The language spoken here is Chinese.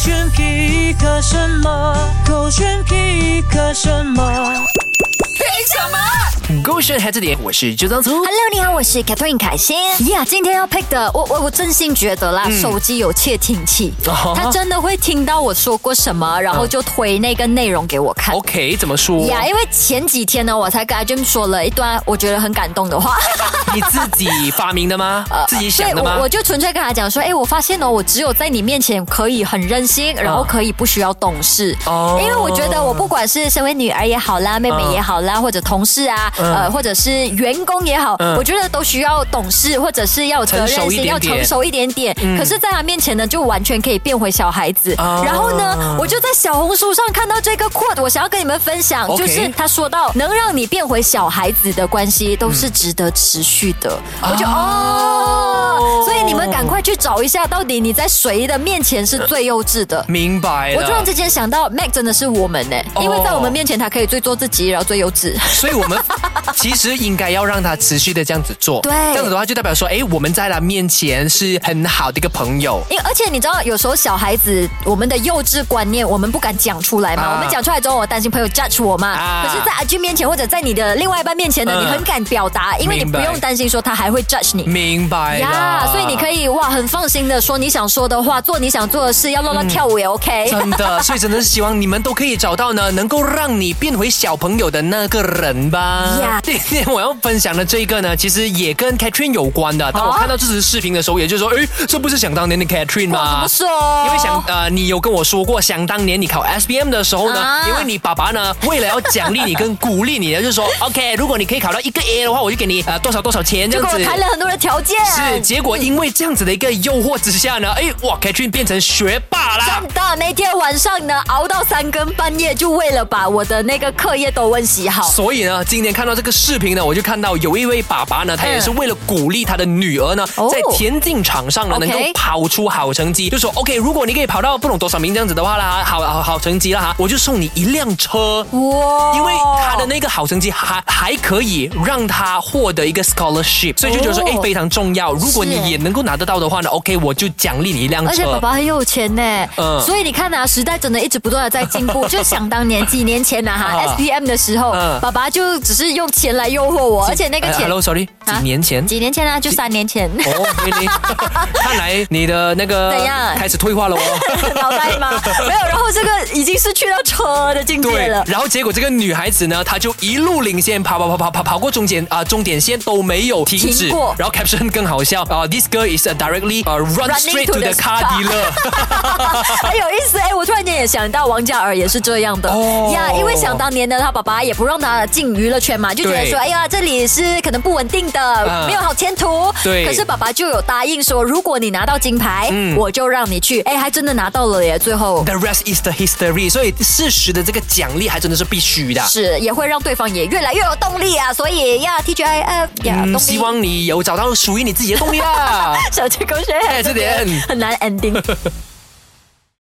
选皮克什么？狗选皮克什么？勾选黑字点，我是周张粗。 Hello，你好，我是 Catherine 凯欣。嗯呀、今天要 pick 的，我我我真心觉得啦，手机有窃听器，哦它真的会听到我说过什么，然后就推那个内容给我看。 OK，怎么说？呀因为前几天呢，我才跟阿 Jim 说了一段我觉得很感动的话，你自己发明 的吗？自己想呃对的我吗我？就纯粹跟他讲说，哎，我发现哦，我只有在你面前可以很任性，然后可以不需要懂事，哦嗯因为我觉得我不管是身为女儿也好啦，妹妹也好啦，或者同事啊，呃，或者是员工也好，嗯我觉得都需要懂事，或者是要有责任成熟一心，点点嗯要成熟一点点。可是，在他面前呢，就完全可以变回小孩子。哦然后呢，我就在小红书上看到这个 quote，我想要跟你们分享， OK 就是他说到能让你变回小孩子的关系都是值得持续的，嗯我就哦，所以你们赶快去找一下，到底你在谁的面前是最幼稚的。明白嗯了。我突然之间想到，Mac 真的是我们呢、哦因为在我们面前他可以最做自己，然后最幼稚。所以我们 其实应该要让他持续的这样子做，对这样子的话就代表说，哎，我们在他面前是很好的一个朋友。因为而且你知道，有时候小孩子我们的幼稚观念，我们不敢讲出来嘛。啊我们讲出来之后，我担心朋友 judge 我嘛。啊可是，在阿俊面前或者在你的另外一半面前呢，嗯你很敢表达，因为你明不白用担心说他还会 judge 你。明白呀了，所以你可。以哇，很放心的说你想说的话，做你想做的事，要乱乱跳舞也 OK。 真的，所以真的是希望你们都可以找到呢，能够让你变回小朋友的那个人吧。 Yeah 今天我要分享的这一个呢，其实也跟 Catherine 有关的。当我哦看到这支视频的时候，也就是说，诶，这不是想当年的 Catherine 哇怎吗么？说？因为想呃，你有跟我说过，想当年你考 SBM 的时候呢，啊因为你爸爸呢，为了要奖励你跟鼓励你呢，就说 OK，如果你可以考到一个 A 的话，我就给你呃多少多少钱这就样跟我子。谈了很多的条件，是，结果因为这样子的一个诱惑之下呢，哎，哇，Catherine 变成学霸啦真。的，每天晚上呢熬到三更半夜，就为了把我的那个课业都温习好。所以呢，今天看到这个视频呢，我就看到有一位爸爸呢，他也是为了鼓励他的女儿呢，嗯哦在田径场上呢 OK 能够跑出好成绩，就说 OK，如果你可以跑到不懂多少名这样子的话啦，好好好成绩啦哈，我就送你一辆车。哇因为他的那个好成绩还还可以让他获得一个 scholarship，所以就觉得说，哦哎、非常重要。如果是你也能够拿得到的话呢，OK，我就奖励你一辆而且车爸。爸很有钱呢，嗯所以你看啊，时代真的一直不断的在进 步。就想当年几年前呢、啊、哈、啊 s p m 的时候、嗯爸爸就只是用钱来诱惑我，而且那个哎钱、 ，Hello，sorry，几啊年前。几年前啊，就三年 前， 哦，你你，看来你的那个怎样开始退化了哦。 脑袋吗？没有，然后这个已经是去到车的境界对了，。然后结果这个女孩子呢，她就一路领先，跑跑跑跑跑跑过终点啊、终点线都没有停止。停过然后 caption 更好笑啊、t h i s girl is uh, directly uh, run Running straight to to the the car car. dealer。 很有意思哎、我突然间也想到王嘉尔也是这样的呀哦因为想当年呢，他爸爸也不让他进娱乐圈嘛，就觉得对说，哎呀，这里是可能不稳定的，啊没有好前途。对嗯可是爸爸就有答应说，如果你拿到金牌，我就让你去。哎，还真的拿到了耶，最 后。 The rest is the history。所以事实的这个奖励还真的是必须的。是，也会让对方也越来越有动力啊，所以呀，TGIF 呀，动力嗯，希望你有找到属于你自己的动力啦。 小鸡狗血，哎这点 很难 ending。